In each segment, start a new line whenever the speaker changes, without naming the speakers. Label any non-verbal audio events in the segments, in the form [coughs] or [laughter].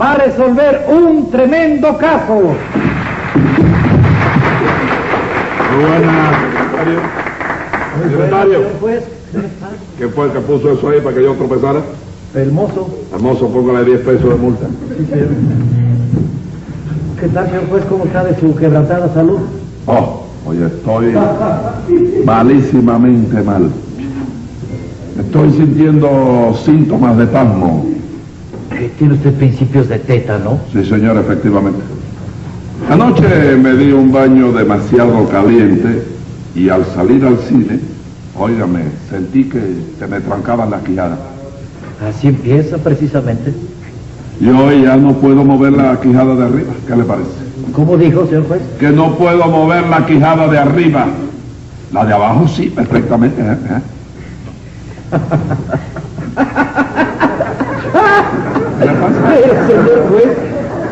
va a resolver un tremendo caso.
Buenas. Secretario. ¿Qué fue el que puso eso ahí para que yo tropezara?
El mozo.
Hermoso, póngale 10 pesos de multa.
¿Qué tal, señor juez? ¿Cómo está de su quebrantada salud?
Oh, hoy estoy malísimamente mal. Estoy sintiendo síntomas de pasmo.
Eh, Tiene usted principios de tétano.
Sí, señor, efectivamente. Anoche me di un baño demasiado caliente y al salir al cine, óigame, sentí que se me trancaban las quijadas.
Así empieza precisamente.
Y hoy ya no puedo mover la quijada de arriba. ¿Qué le parece?
¿Cómo dijo, señor [laughs] juez?
Que no puedo mover la quijada de arriba. La de abajo sí, perfectamente. ¿eh? ¿eh? ¿Qué le pasa?
Pero, señor juez,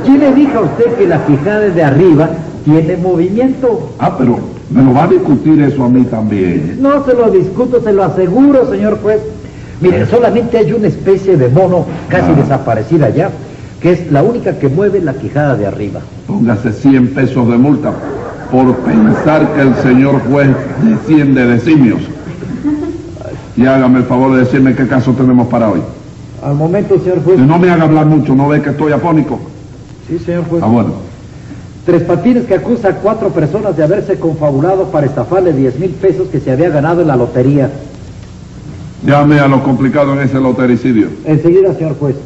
¿quién le dijo a usted que la quijada de arriba tiene movimiento?
Ah, pero me lo va a discutir eso a mí también. ¿eh?
No se lo discuto, se lo aseguro, señor juez. Miren, solamente hay una especie de mono casi
Ah.
desaparecida ya, que es la única que mueve la quijada de arriba.
Póngase 100 pesos de multa por pensar que el señor juez desciende de simios. Y hágame el favor de decirme qué caso tenemos para hoy.
Al momento, señor
Y
juez.
no me haga hablar mucho, no ve que estoy apónico.
Sí, señor juez.
Ah, bueno.
Tres patines que acusa a cuatro personas de haberse confabulado para estafarle 10 mil pesos que se había ganado en la lotería.
Llame a lo complicado en ese lotericidio.
Enseguida, señor juez.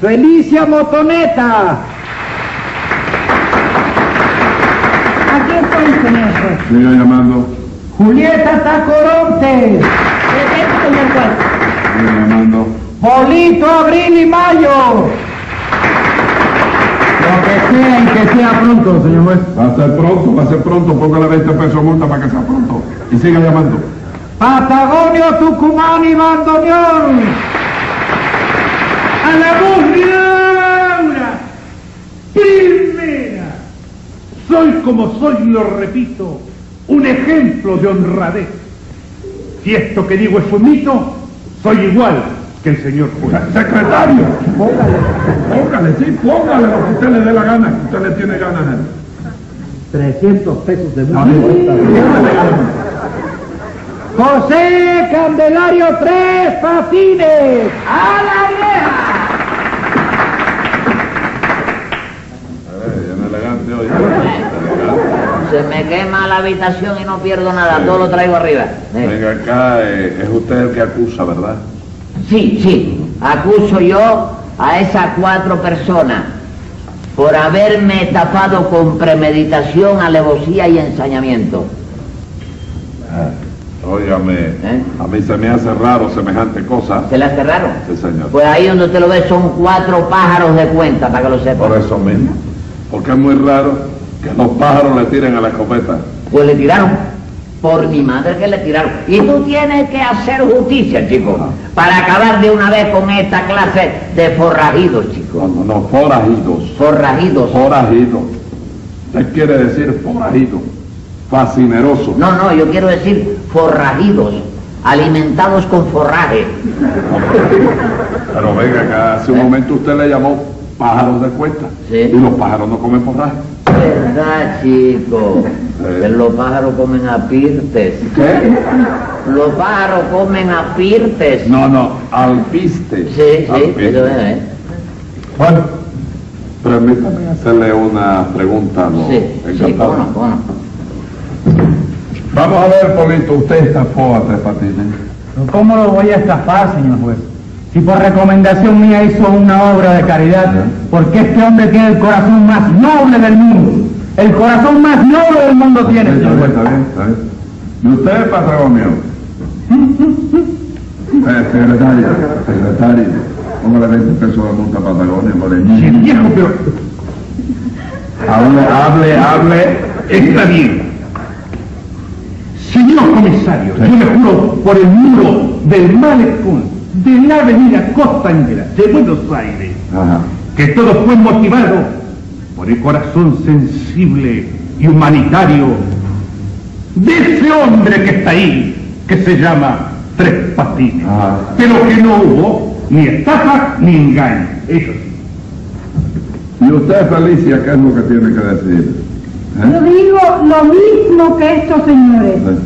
Felicia Motoneta.
Aquí estoy, señor juez.
Siga llamando,
Julieta Tacoronte.
Presente, señor juez.
siga llamando.
Polito Abril y Mayo. Lo que sea y que sea pronto, señor juez.
Va a ser pronto, va a ser pronto. Póngale 20 pesos de multa para que sea pronto. Y siga llamando.
Patagonio, Tucumán y Bandoneón. A la voz de Laura. Primera. Soy como soy, lo repito, un ejemplo de honradez. Si esto que digo es un mito, soy igual que el señor juez.
Se- Secretario, póngale, póngale, sí, póngale lo que usted le dé la gana. que Usted le tiene ganas.
300 pesos de multa.
José Candelario Tres Patines. A la vieja.
elegante hoy.
Se me quema la habitación y no pierdo nada, todo lo traigo arriba. Eh,
Venga acá, eh, es usted el que acusa, ¿verdad?
Sí, sí, acuso yo a esas cuatro personas por haberme tapado con premeditación, alevosía y ensañamiento.
Óigame,
¿Eh?
a mí se me hace raro semejante cosa.
¿Se la cerraron?
Sí, señor.
Pues ahí donde te lo ves son cuatro pájaros de cuenta, para que lo
Por
sepas.
eso mismo. Porque es muy raro que los pájaros le tiren a la escopeta.
Pues le tiraron. Por mi madre que le tiraron. Y tú tienes que hacer justicia, chico, para acabar de una vez con esta clase de forrajidos, chico.
Cuando no, forajidos.
Forrajidos.
Forajido. Usted quiere decir forajido. Fascineroso.
No, no, yo quiero decir forrajidos, alimentados con forraje.
Pero venga, acá hace un momento usted le llamó pájaros de cuesta.
Sí.
Y los pájaros no comen forraje.
¿Verdad, chico?
Sí.
Que los pájaros comen apirtes.
¿Qué?
Los pájaros comen apirtes.
No, Ah, no, alpiste.
Sí, sí,
Alpiste.
eso es, ¿eh?
Bueno, permítame hacerle una pregunta a los
Sí, sí,
encantados.
cómo no, cómo no.
Vamos a ver, Polito, usted estafó a Tres Patines.
¿Cómo lo voy a estafar, señor juez? Si por recomendación mía hizo una obra de caridad, porque este hombre tiene el corazón más noble del mundo. El corazón más noble del mundo tiene,
Está
señor juez.
bien, está bien, está bien. ¿Y usted,
[laughs]
patrón mío? Eh, secretario, secretario, póngale 20 pesos de multa a Patagonia por el Hable, hable, hable. Está bien.
Señor comisario,
Sí.
yo le juro por el muro del malecón de la avenida Costanera de Buenos Aires
Ajá.
que todo fue motivado por el corazón sensible y humanitario de ese hombre que está ahí, que se llama Tres Patines.
Ah.
Pero que no hubo ni estafa ni engaño. Eso sí.
usted, Felicia, ¿qué es lo que tiene que decir?
Yo
¿Eh?
digo lo mismo que estos señores,
¿Eh?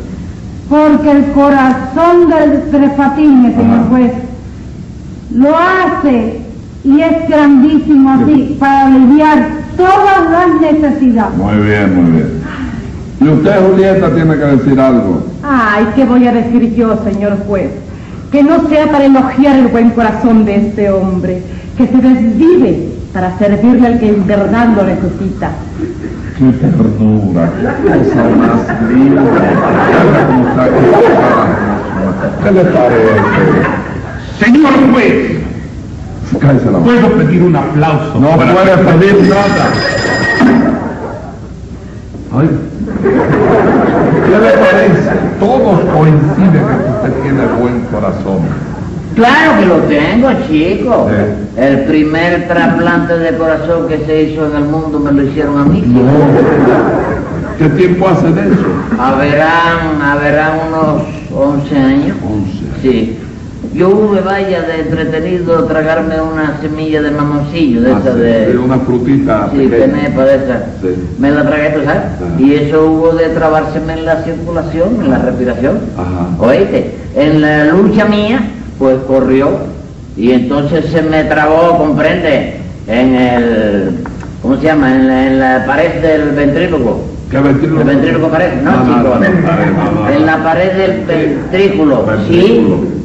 porque el corazón del Tres Patines,
Ajá.
señor juez, lo hace y es grandísimo así, para aliviar todas las necesidades.
Muy bien, muy bien. Y usted, Julieta, tiene que decir algo.
Ay, ¿qué voy a decir yo, señor juez? Que no sea para elogiar el buen corazón de este hombre, que se desvive para servirle al que en verdad lo necesita.
¡Qué ternura! ¡Qué cosa más linda! Mira cómo está aquí. ¿Qué le parece?
Señor juez,
Cállese la boca.
puedo pedir un aplauso.
No
para-
puede pedir nada. Ay. ¿Qué le parece? Todos coinciden en que usted tiene buen corazón.
Claro que lo tengo, chico.
Sí.
El primer trasplante de corazón que se hizo en el mundo me lo hicieron a mí.
No. ¿Qué tiempo hace de eso?
Haberán, haberán unos 11 años.
Once.
Sí. Yo hube, vaya, de entretenido tragarme una semilla de mamoncillo, de esa
Hace
de...
Una frutita
Sí,
pequeña.
penepa de esa.
Sí. Ah.
Me la tragué, tú sabes.
Ajá.
Y eso hubo de trabárseme en la circulación, en la respiración.
Ajá.
Oíste, en la lucha mía, pues corrió. Y entonces se me trabó, comprende, en el. ¿Cómo se llama? En la, en la pared del ventríloco.
¿Qué ventríloco?
¿El ventríloco pared? No,
No, no,
chico.
no, Ah, pared, no, no.
En la pared del ventrículo,
Ventrículo.
sí.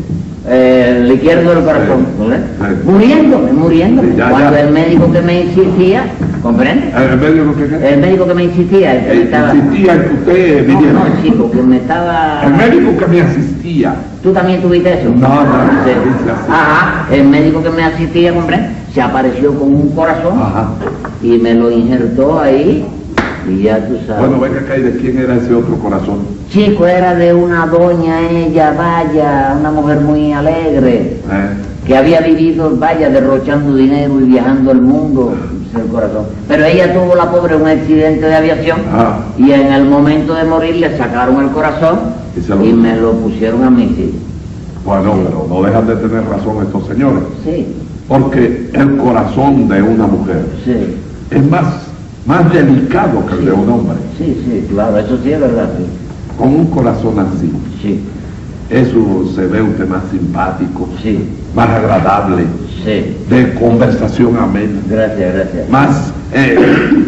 Eh, el izquierdo del corazón,
Sí.
¿verdad?
Sí.
Muriéndome, muriéndome.
Sí, ya,
Cuando
ya.
el médico que me insistía, ¿comprende?
¿El medio lo que queda?
El médico que me insistía, el que
Eh,
me Eh, estaba...
Insistía en que usted
No,
viniera.
no, chico, que me estaba...
El médico que me asistía.
¿Tú también tuviste eso?
No, no,
Sí.
no, sí, sí.
Ajá, el médico que me asistía, comprende, se apareció con un corazón
Ajá.
y me lo injertó ahí y ya tú sabes.
Bueno, venga acá y de quién era ese otro corazón.
Chico, era de una doña ella, vaya, una mujer muy alegre,
¿Eh?
que había vivido, vaya, derrochando dinero y viajando el mundo, el corazón. Pero ella tuvo la pobre un accidente de aviación
Ah.
y en el momento de morir le sacaron el corazón
Y se lo-
y me lo pusieron a mí, sí.
Bueno, pero no dejan de tener razón estos señores.
Sí,
Porque el corazón de una mujer
sí,
es más, más delicado que el de un hombre.
sí, sí, claro, eso sí es verdad, sí.
Con un corazón así,
Sí,
eso se ve usted más simpático,
sí,
más agradable,
sí.
de conversación amena,
Gracias, gracias.
más, eh, [coughs]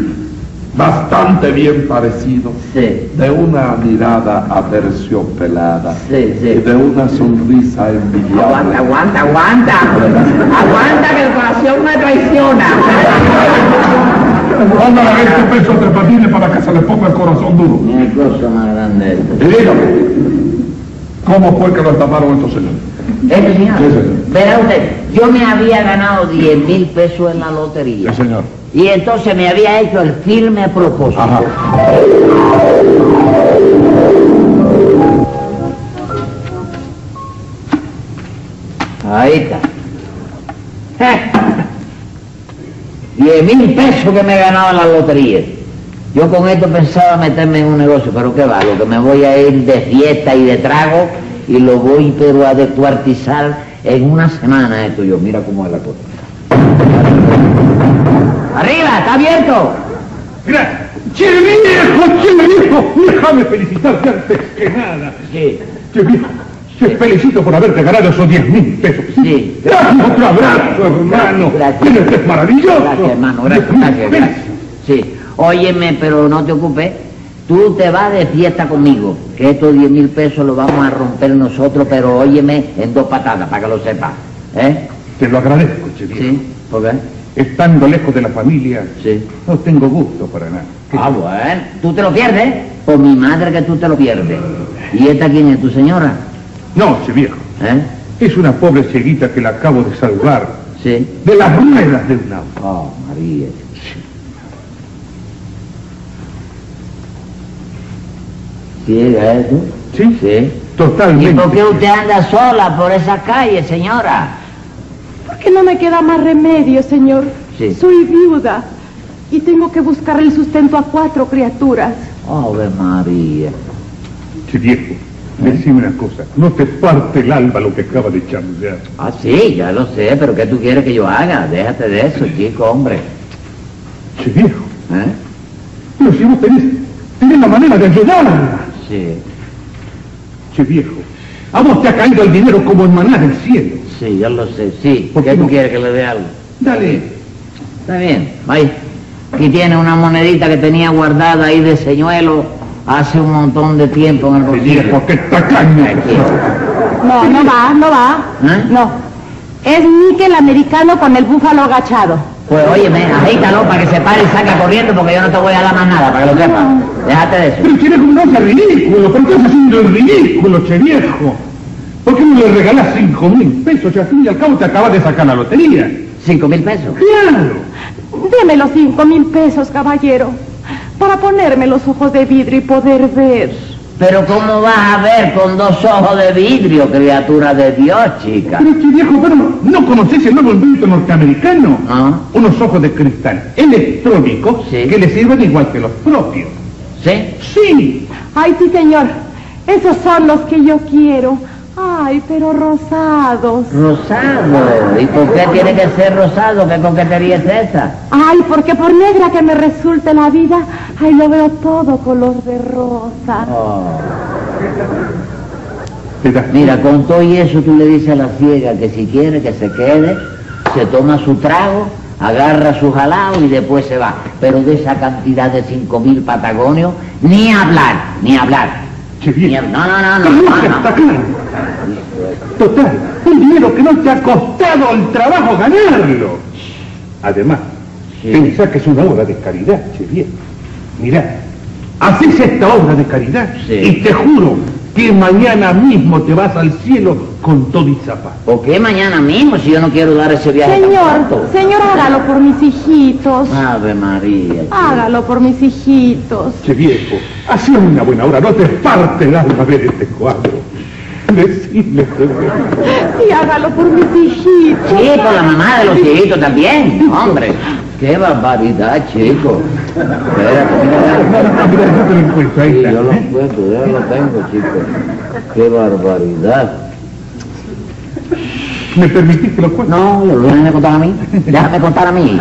bastante bien parecido.
Sí,
de una mirada aterciopelada
sí,
y
sí.
de una sonrisa
Aguanta,
envidiable.
aguanta, aguanta. Aguanta que el corazón me traiciona.
Póngale 20 pesos de patines para que se le ponga el corazón duro.
No hay cosa más grande.
Y dígame, ¿cómo fue que lo estafaron estos señores?
Este señor,
Sí, señor.
verá usted, yo me había ganado 10 mil pesos en la lotería.
señor.
Y entonces me había hecho el firme propósito.
Ajá.
Ahí está. Eh. Diez mil pesos que me ganaba la lotería. Yo con esto pensaba meterme en un negocio, pero qué va, lo que me voy a ir de fiesta y de trago y lo voy pero a descuartizar en una semana esto yo. Mira cómo es la cosa. ¡Arriba! ¡Está abierto!
Gracias. Che viejo, che viejo, déjame felicitarte antes que nada.
Sí,
Che viejo, te felicito por haberte ganado esos 10 mil pesos.
sí.
Gracias, otro abrazo, hermano.
Gracias.
Tienes que es maravilloso.
Gracias, hermano, gracias, gracias, gracias. Sí, óyeme, pero no te ocupes. Tú te vas de fiesta conmigo, que estos 10 mil pesos los vamos a romper nosotros, pero óyeme en dos patadas, para que lo sepas. ¿Eh?
Te lo agradezco, che viejo.
Sí, ¿por qué?
Estando lejos de la familia,
Sí.
no tengo gusto para nada.
Ah, bueno, tú te lo pierdes, por mi madre que tú te lo pierdes. ¿Y esta quién es, tu señora?
No, che viejo.
¿Eh?
Es una pobre cieguita que la acabo de salvar
Sí.
de las ruedas de un auto.
Oh, María. ¿Ciega eso?
¿Sí?
Sí. ¿Y
Totalmente.
por qué usted anda sola por esa calle, señora?
Porque no me queda más remedio, señor.
Sí.
Soy viuda y tengo que buscar el sustento a cuatro criaturas.
Ave Oh, María.
Che viejo, decime una cosa. No te parte el alma lo que acaba de chambear.
Ah, sí, ya lo sé, pero ¿qué tú quieres que yo haga? Déjate de eso, chico, hombre.
Che viejo,
¿eh?
pero si vos tenés, tenés la manera de ayudarla.
Sí,
Che viejo, a vos te ha caído el dinero como en maná del cielo.
sí, yo lo sé, sí.
¿Por
¿Qué
qué
tú
no?
quieres que le dé algo?
Dale,
Está bien, ahí. Aquí tiene una monedita que tenía guardada ahí de señuelo hace un montón de tiempo en el
te
bolsillo.
digo que está caña.
Aquí.
No, no va, no va.
¿Eh?
No. Es níquel americano con el búfalo agachado.
Pues óyeme, agítalo para que se pare y saca corriendo porque yo no te voy a dar más nada, para que lo sepas. Déjate de eso.
Pero tiene como no hace ridículo, ¿por qué estás haciendo el ridículo, che viejo? ¿Por qué no le regalás cinco mil pesos si al fin y al cabo te acabas de sacar la lotería?
Cinco mil pesos.
¡Claro!
Deme los cinco mil pesos, caballero, para ponerme los ojos de vidrio y poder ver.
Pero ¿cómo vas a ver con dos ojos de vidrio, criatura de Dios, chica?
Pero che viejo, pero ¿no conocés el nuevo invento norteamericano?
Ah.
Unos ojos de cristal electrónicos
Sí.
que le sirven igual que los propios.
¿Sí?
Sí,
Ay, sí, señor, esos son los que yo quiero. Ay, pero rosados.
Rosado. ¿Y por qué tiene que ser rosado? ¿Qué coquetería es esa?
Ay, porque por negra que me resulte la vida, ay, lo veo todo color de rosa.
Oh.
te das
Mira, con todo y eso tú le dices a la ciega que si quiere que se quede, se toma su trago, agarra su jalao y después se va. Pero de esa cantidad de cinco mil patagonios, ni hablar, ni hablar.
Che
Ni
viejo.
hab- no, no, no, no,
Carlos,
no,
está
no.
claro. Total, un dinero que no te ha costado el trabajo ganarlo. Además,
Sí.
pensá que es una obra de caridad, che bien. Mirá, haces esta obra de caridad
Sí.
y te juro que mañana mismo te vas al cielo con todo y zapato.
¿Por qué mañana mismo si yo no quiero dar ese viaje tan pronto?
Señor, señor, hágalo por mis hijitos.
Ave María.
Hágalo por mis hijitos.
Che viejo, hacía una buena obra, no te parte el alma ver este cuadro. Decime, che viejo.
Sí, hágalo por mis hijitos.
Sí, por la mamá de los chiquitos también, hombre. Qué barbaridad, chico. Espérate, espérate.
Ah, mirá, yo te lo encuentro, ahí
Sí,
está.
yo lo encuentro, yo lo tengo, chico. Qué barbaridad.
¿Me permitís que lo cuente?
No, yo lo voy a contar a mí. Déjame contar a mí.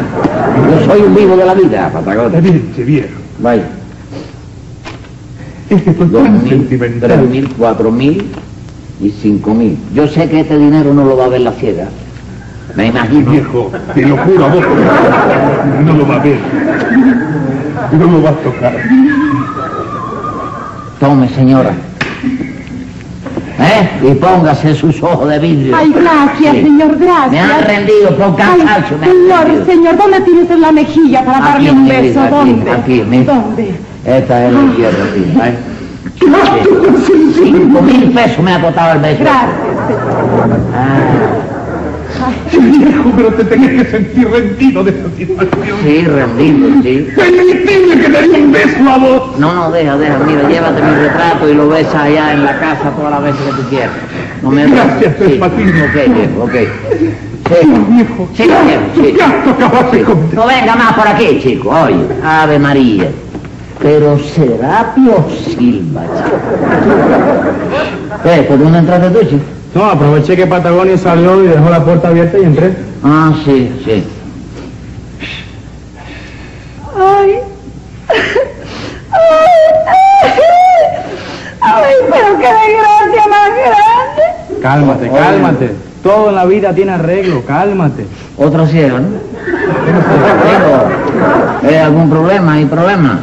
Yo soy un vivo de la vida,
Está
Patagón.
bien, che viejo.
Vaya.
Es que fue
Dos
tan
mil,
sentimental.
tres mil, cuatro mil y cinco mil. Yo sé que este dinero no lo va a ver la ciega. Me imagino.
Viejo, te lo juro a vos. No lo va a ver. No lo va a tocar.
Tome, señora. ¿Eh? Y póngase sus ojos de vidrio.
Ay, gracias,
Sí.
señor, gracias.
Me han rendido por
Ay,
cansancio. me han rendido.
señor, señor, ¿dónde tienes en la mejilla para
Aquí,
darle un
mi vida,
beso?
aquí,
¿Dónde?
aquí, mi-
¿Dónde?
Esta es la tierra, sí. ¿eh? Sí. Cinco mil pesos me ha costado el beso.
Gracias, señor.
Ah,
Che viejo, pero te tenés que sentir rendido de esa situación.
sí, rendido, sí.
¡Permitime que te dé un beso a vos!
No, no, deja, deja. Mira, llévate mi retrato y lo besas allá en la casa todas las veces que tú quieras. No me
Gracias,
sí.
Tres Patines.
Ok, viejo, ok.
No,
Sí,
viejo.
sí, viejo, sí.
Ya te acabaste con...
No venga más por aquí, chico. Oye, Ave María. Pero Serapio Silva, chico. Eh, ¿por dónde entraste tú, chico?
No, aproveché que Patagonia salió y dejó la puerta abierta y entré.
Ah, sí, sí.
Ay. Ay, pero qué desgracia más grande.
Cálmate,
Oye.
cálmate. Todo en la vida tiene arreglo, cálmate.
Otra ciega, ¿no? Digo, ¿eh, ¿Algún problema? ¿Hay problema?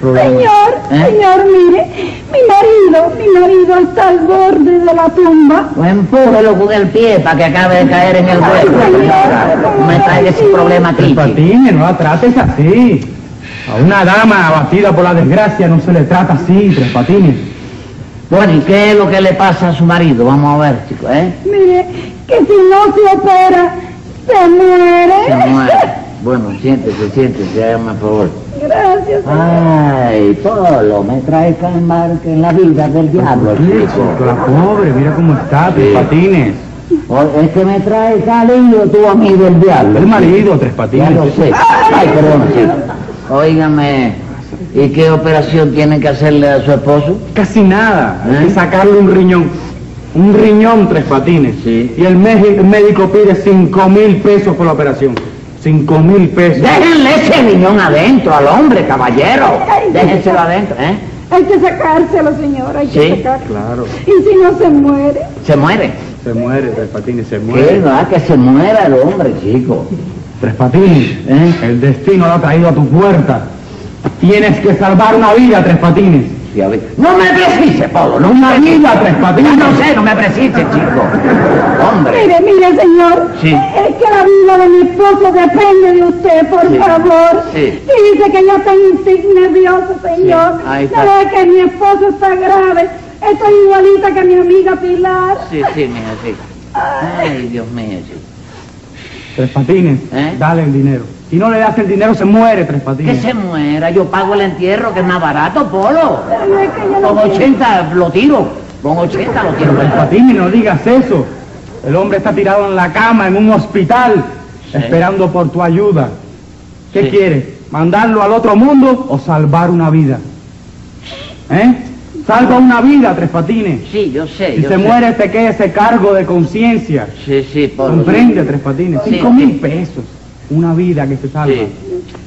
Señor,
¿Eh?
señor, mire, mi marido, mi marido está al borde de la tumba.
Pues empújelo con el pie para que acabe de caer en el hueco. No me traiga ese problema aquí,
Tres
chico.
Patines, no la trates así. A una dama abatida por la desgracia no se le trata así, Tres Patines.
Bueno, ¿y qué es lo que le pasa a su marido? Vamos a ver, chico, ¿eh?
Mire, que si no se opera, se muere.
Se muere. Bueno, siéntese, siéntese, hágame el favor.
[laughs] Gracias.
Ay, Polo, me trae calmar que en la vida del diablo, chico.
La pobre, mira cómo está,
Sí.
Tres Patines.
O- Es que me trae salido tú a mí del diablo.
El marido, Tres
Ya lo
Patines.
sé. Ay, perdón, sí. Óigame, ¿y qué operación tienen que hacerle a su esposo?
Casi nada. Hay
¿Eh?
que sacarle un riñón. Un riñón, Tres Patines.
Sí.
Y el, meji- el médico pide cinco mil pesos por la operación.
Cinco mil pesos.
Déjenle ese riñón adentro al hombre, caballero.
Ay,
Déjenselo
ya.
adentro, ¿eh?
Hay que sacárselo, señor, hay que
Sí,
sacarlo.
Claro,
Y si no se muere,
Se muere.
se muere, Tres Patines, se
Que
muere.
no, ah, que se muera el hombre, chico.
Tres Patines,
¿Eh?
el destino lo ha traído a tu puerta. Tienes que salvar una vida, Tres Patines.
Ya ve. No me precises, Polo, no
Una
me
vida, Tres Patines.
Ya no sé, no me precises, chico. Hombre.
mire, mire, señor, eh,
Sí.
es que la vida de mi esposo depende de usted, por
Sí.
favor.
Sí.
Y dice que yo estoy insi- nerviosa, señor.
ahí está.
No ve que mi esposo está grave. Estoy igualita que mi amiga Pilar.
Sí, sí, mija, sí. Ay, Dios mío, chico.
Tres Patines,
¿Eh?
dale el dinero. Si no le das el dinero, se muere, Tres
Que
Patines.
se muera, yo pago el entierro, que es más barato, Polo.
Pero es que yo no
Con
quiero.
80 lo tiro. Con 80 lo tiro.
Tres Patines, no digas eso. El hombre está tirado en la cama, en un hospital,
Sí.
esperando por tu ayuda. ¿Qué
Sí.
quieres? ¿Mandarlo al otro mundo o salvar una vida? ¿Eh? Salva una vida, Tres Patines.
Sí, yo sé.
Si
yo
se
sé.
muere, te queda ese cargo de conciencia.
Sí, sí, Polo.
Comprende, Tres Patines.
Sí,
Cinco
sí.
mil pesos. Una vida que se salva.
Sí.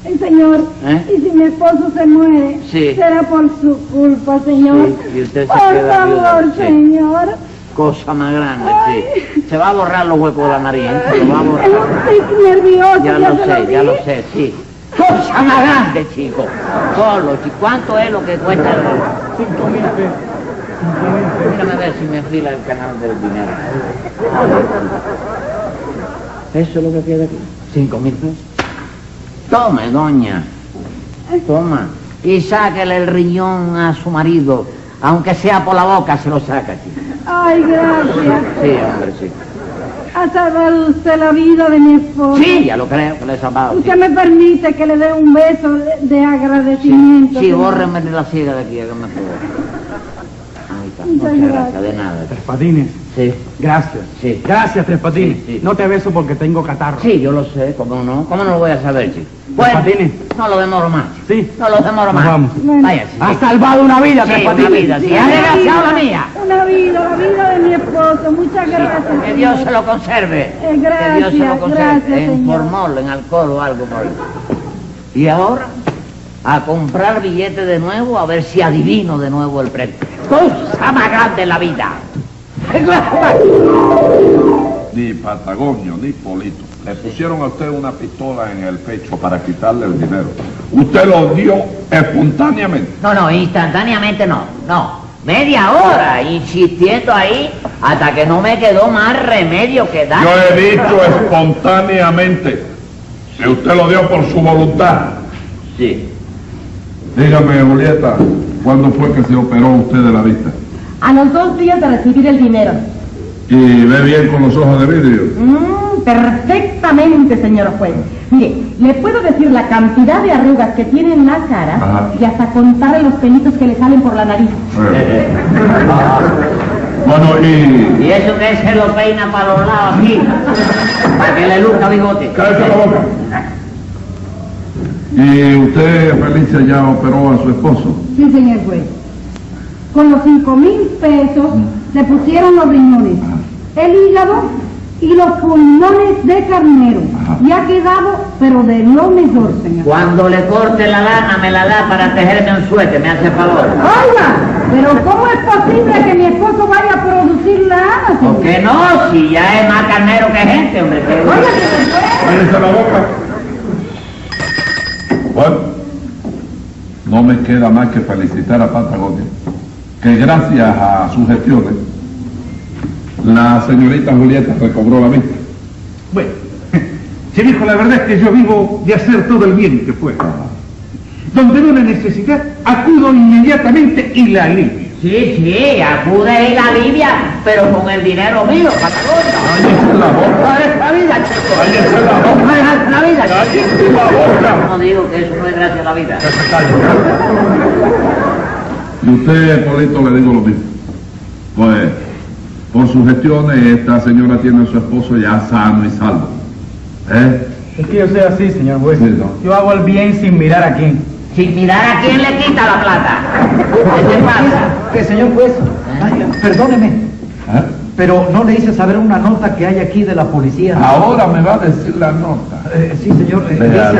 Eh, Señor,
¿Eh?
y si mi esposo se muere,
Sí.
será por su culpa, señor.
Sí, y usted se
por
queda viuda,
favor,
sí.
señor.
Cosa más grande, sí.
Ay.
Se va a borrar los huecos de la nariz, ¿eh? se lo va a borrar.
Estoy nerviosa,
[laughs] Ya
ya,
lo
se
sé, ya lo
dije.
sé, sí. Cosa más grande, chico. Solo, chico. ¿Cuánto es lo que cuesta el...
Cinco mil pesos.
Mírame a ver si me fila el canal del dinero. ¿Eso es lo que queda aquí? ¿Cinco mil pesos? Tome, doña. Toma. Y sáquele el riñón a su marido. Aunque sea por la boca, se lo saca, chico.
Ay, gracias.
Sí, hombre, sí.
Ha salvado usted la vida de mi esposo.
Sí, ya lo creo que le he salvado. sí.
Usted me permite que le dé un beso de- de agradecimiento.
Sí,
señor?
bórreme de la ciega de aquí, hágame el favor. Ahí está,
Muchas
muchas gracias,
gracias.
de nada.
Tres Patines.
Sí,
Gracias.
Sí.
Gracias, Tres Patines.
Sí, sí.
No te beso porque tengo catarro.
sí, yo lo sé, ¿cómo no? ¿Cómo no lo voy a saber, chico?
patines.
no lo demoro más. chico.
Sí.
No lo demoro
Nos
más.
vamos.
Bueno.
Vaya, chico.
Has salvado una vida,
Sí,
Tres
una
Patines.
vida, sí.
Sí,
Ha
una
desgraciado
vida,
la mía.
Una vida, la vida de mi esposo. Muchas gracias.
Que Dios
señor.
se lo conserve.
Eh,
que Dios se lo
gracias, gracias,
conserve. En
señor.
formol, en alcohol o algo por ahí. Y ahora, a comprar billetes de nuevo, a ver si adivino de nuevo el premio. Cosa más grande en la vida.
Ni Patagonio, ni Polito. Le pusieron a usted una pistola en el pecho para quitarle el dinero. Usted lo dio espontáneamente.
No, no, instantáneamente no, no. Media hora insistiendo ahí hasta que no me quedó más remedio que dar.
Yo he dicho espontáneamente. Si usted lo dio por su voluntad.
Sí.
Dígame, Julieta, ¿cuándo fue que se operó usted de la vista?
A los dos días de recibir el dinero.
¿Y ve bien con los ojos de
[laughs]
vidrio?
Mm, perfectamente, señor juez. Mire, le puedo decir la cantidad de arrugas que tiene en la cara
Ajá.
y hasta contarle los pelitos que le salen por la nariz.
Eh. Bueno, y...
Y eso que se lo peina para los lados aquí, para que le luzca bigote.
Cállate la boca. ¿Y usted, Felicia, ya operó a su esposo?
Sí, señor juez. Con los cinco mil pesos le pusieron los riñones, el hígado y los pulmones de carnero. Y ha quedado, pero de lo mejor, señor.
Cuando le corte la lana, me la da para tejerme un suéter, me hace favor.
¡Oiga! Pero ¿cómo es posible que mi esposo vaya a producir la hada, señor?
¿Por qué no? Si ya es más carnero que gente, hombre. que-
Oiga, señor juez.
Cállese la boca. Bueno, no me queda más que felicitar a Patagonia, que gracias a sus gestiones, la señorita Julieta recobró la vista.
Bueno, [laughs] se dijo la verdad es que yo vivo de hacer todo el bien que puedo. Donde veo una necesidad, acudo inmediatamente y la alivio.
Sí, sí, acude y la alivia, pero con el dinero mío, Patagonia.
Cállese la boca.
Para esta vida, chico.
Cállese la boca.
Para esta vida, chico.
Cállese la boca.
No digo que eso no es gracia a la vida.
Que se calle. Y usted, Polito, le digo lo mismo. Pues, por sus gestiones, esta señora tiene a su esposo ya sano y salvo. ¿Eh?
Es que yo soy así, señor juez.
Sí, no.
Yo hago el bien sin mirar a quién.
Sin mirar a quién le quita la plata. ¿Qué te pasa?
Que señor juez, ay, perdóneme,
¿Eh?
Pero no le hice saber una nota que hay aquí de la policía. ¿no?
Ahora me va a decir la nota.
Eh, sí, señor, eh, dice
Vea
así.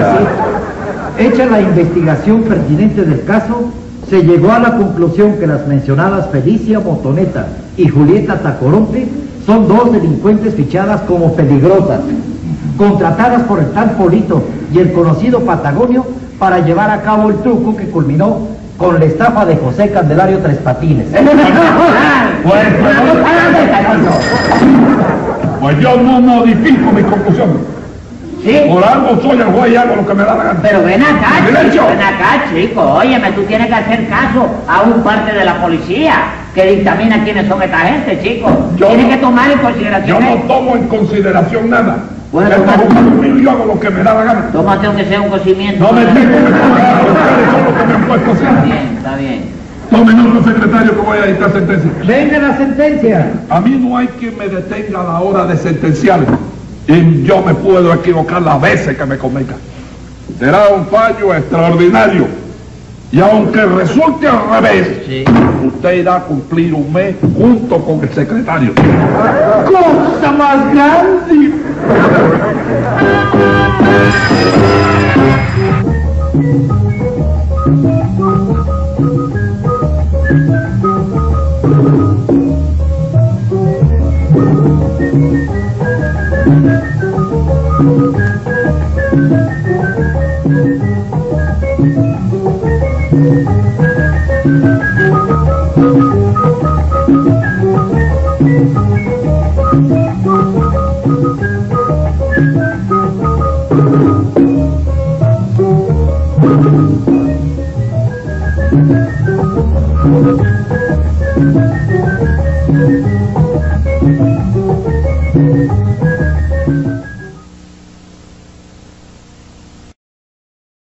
Hecha la investigación pertinente del caso, se llegó a la conclusión que las mencionadas Felicia Motoneta y Julieta Tacoronte son dos delincuentes fichadas como peligrosas, contratadas por el tal Polito y el conocido Patagonio para llevar a cabo el truco que culminó con la estafa de José Candelario Tres Patines.
Pues, pues yo no modifico mi conclusión.
Sí,
Por algo soy el juez y hago lo que me da la gana.
pero ven acá,
¡Silencio!
chico, ven acá, chico. Óyeme, tú tienes que hacer caso a un parte de la policía que dictamina quiénes son esta gente, chico.
Yo
tienes
no-
que tomar en
Yo
consideración.
no
eso.
tomo en consideración nada.
Bueno,
Esto es
bueno.
un caso mío, yo hago lo que me da la gana.
Tómate aunque sea un cocimiento.
No me tengo que colgar, ustedes son los que me han puesto así.
Está bien, está bien.
Tomen otro secretario que voy a dictar sentencia.
¡Venga la sentencia!
A mí no hay quien me detenga a la hora de sentenciar. Y yo me puedo equivocar las veces que me cometa. Será un fallo extraordinario. Y aunque resulte al revés, usted irá a cumplir un mes junto con el secretario.
¡Cosa más grande!